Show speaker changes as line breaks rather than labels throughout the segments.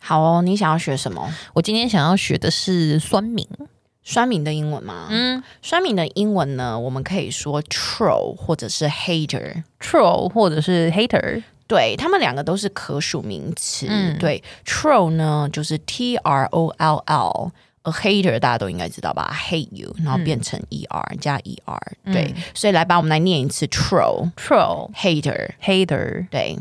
好哦，你想要学什么？
我今天想要学的是酸民。
酸民的英文吗？
嗯
酸民的英文呢，我们可以说 troll 或者是 hater，
，troll 或者是 hater。
对他们两个都是可数名词。
嗯
对，troll 呢就是 t r o l l。a hater 大家都应该知道吧？hate you，然后
嗯
变成 e r、加 e r，对，所以来吧，我们来念一次 troll
troll
hater，
hater。
对，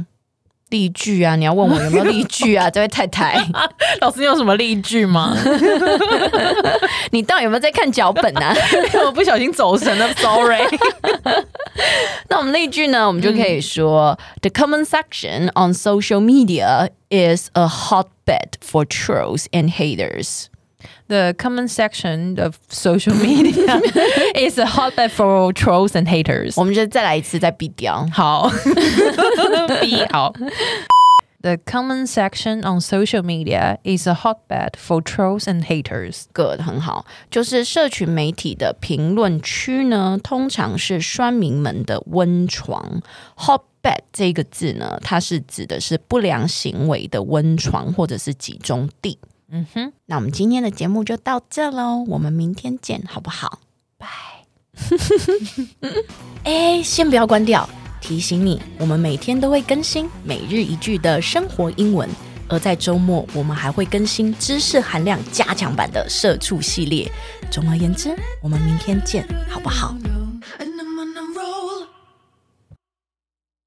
例句啊，你要问我有没有例句啊， 这位太太，
老师，你有什么例句吗？
你到底有没有在看脚本啊？
我不小心走神了，sorry。
那我们例句呢，我们就可以说、t h e comment section on social media is a hotbed for trolls and haters。
The comment section of social media is a hotbed for trolls and haters
我。们就再来一次，再避掉。
好 ，B 好。The comment section on social media is a hotbed for trolls and haters.
Good，很好。就是社群媒体的评论区呢，通常是酸民们的温床。Hotbed 这个字呢，它是指的是不良行为的温床或者是集中地。嗯哼，那我们今天的节目就到这喽，我们明天见，好不好？ 拜。哎，先不要关掉，提醒你，我们每天都会更新每日一句的生活英文，而在周末我们还会更新知识含量加强版的社畜系列。总而言之，我们明天见，好不好？